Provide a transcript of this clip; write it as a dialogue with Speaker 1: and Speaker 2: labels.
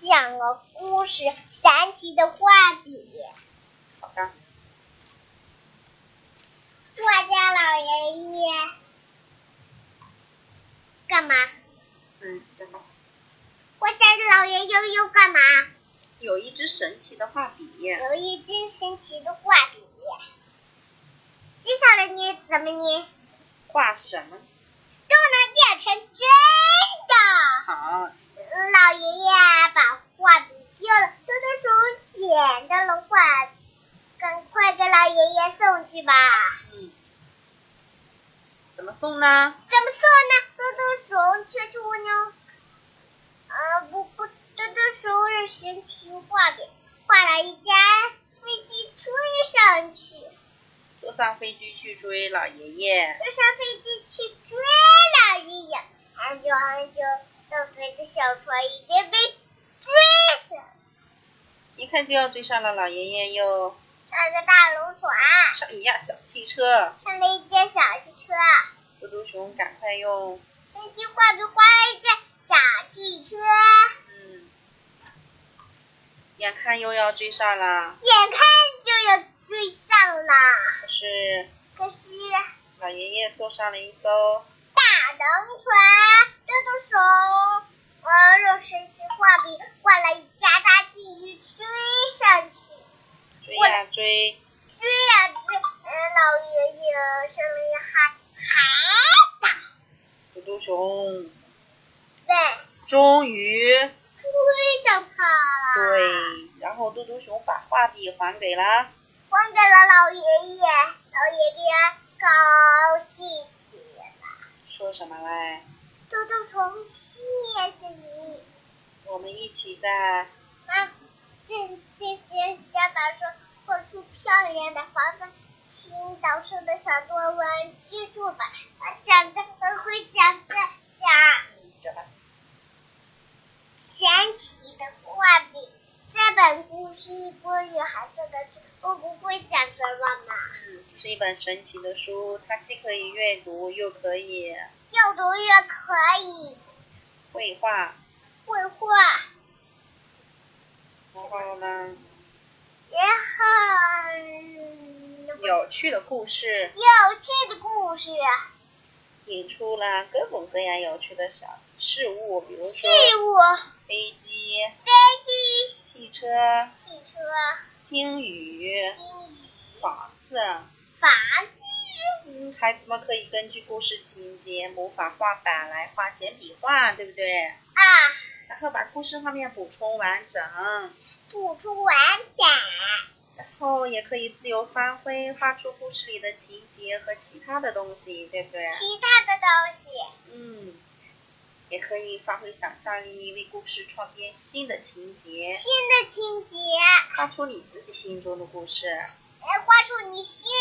Speaker 1: 讲个故事，《神奇的画笔》。
Speaker 2: 好的，
Speaker 1: 作家老爷爷干嘛？
Speaker 2: 嗯，真的，
Speaker 1: 作家老爷悠悠干嘛？
Speaker 2: 有一支神奇的画笔，
Speaker 1: 有一支神奇的画笔。接下来你怎么捏
Speaker 2: 画什么？
Speaker 1: 都能变成真的。
Speaker 2: 好，
Speaker 1: 老爷爷把画笔丢了，多多鼠捡到了画，赶快给老爷爷送去吧。
Speaker 2: 嗯，怎么送呢？
Speaker 1: 怎么说呢？多多熊却出呢？呃，不不，多多熊用神奇画笔画了一架飞机追上去，追
Speaker 2: 坐上飞机去追老爷爷。
Speaker 1: 上飞机去追了一眼，很久很久，邓飞的小船已经被追着，
Speaker 2: 一看就要追上了老爷爷哟，
Speaker 1: 上个大龙船，
Speaker 2: 上一辆小汽车。
Speaker 1: 上了一架小汽车，
Speaker 2: 嘟嘟熊赶快用，
Speaker 1: 神奇画笔画了一架小汽车，
Speaker 2: 嗯，眼看又要追上了，
Speaker 1: 眼看就要追上了。
Speaker 2: 可是
Speaker 1: 可是
Speaker 2: 老爷爷坐上了一艘
Speaker 1: 大龙船这动手，呃，用神奇画笔画了一架大金鱼追上去，
Speaker 2: 追呀追，
Speaker 1: 追呀、追，呃，老爷爷声音喊喊打，
Speaker 2: 嘟嘟熊
Speaker 1: 对，
Speaker 2: 终于
Speaker 1: 追上它了，
Speaker 2: 对，，然后嘟嘟熊把画笔还给了
Speaker 1: 还给了老爷爷，老爷爷高兴极了，
Speaker 2: 说什么嘞？
Speaker 1: 豆豆虫谢谢你。
Speaker 2: 我们一起在
Speaker 1: 那这这些小岛上画出漂亮的房子，请岛上的小动物们居住吧。我想着我会讲这讲
Speaker 2: 这吧，
Speaker 1: 神奇的画笔。这本故事关于孩子的事，我不会讲什么嘛，
Speaker 2: 嗯，这是一本神奇的书，它既可以阅读，又可以
Speaker 1: 阅读越可以
Speaker 2: 绘画。
Speaker 1: 绘画。
Speaker 2: 然后呢，
Speaker 1: 然后
Speaker 2: 有趣的故事
Speaker 1: 有趣的故事、
Speaker 2: 引出了各种各样有趣的小事物，比如
Speaker 1: 事
Speaker 2: 说
Speaker 1: 物、
Speaker 2: 飞机、
Speaker 1: 飞机、
Speaker 2: 汽车、
Speaker 1: 汽车、
Speaker 2: 鲸
Speaker 1: 金
Speaker 2: 鱼、
Speaker 1: 鱼。
Speaker 2: 房子。
Speaker 1: 房
Speaker 2: 嗯，孩子们可以根据故事情节模仿画板来画简笔画，对不对？
Speaker 1: 啊，
Speaker 2: 然后把故事画面补充完整，
Speaker 1: 不出完整。
Speaker 2: 然后也可以自由发挥，画出故事里的情节和其他的东西，对不对？
Speaker 1: 其他的东西，
Speaker 2: 嗯，也可以发挥想象力，为故事创编新的情节，
Speaker 1: 新的情节，
Speaker 2: 画出你自己心中的故事。
Speaker 1: 来画出你心
Speaker 2: 嗯呃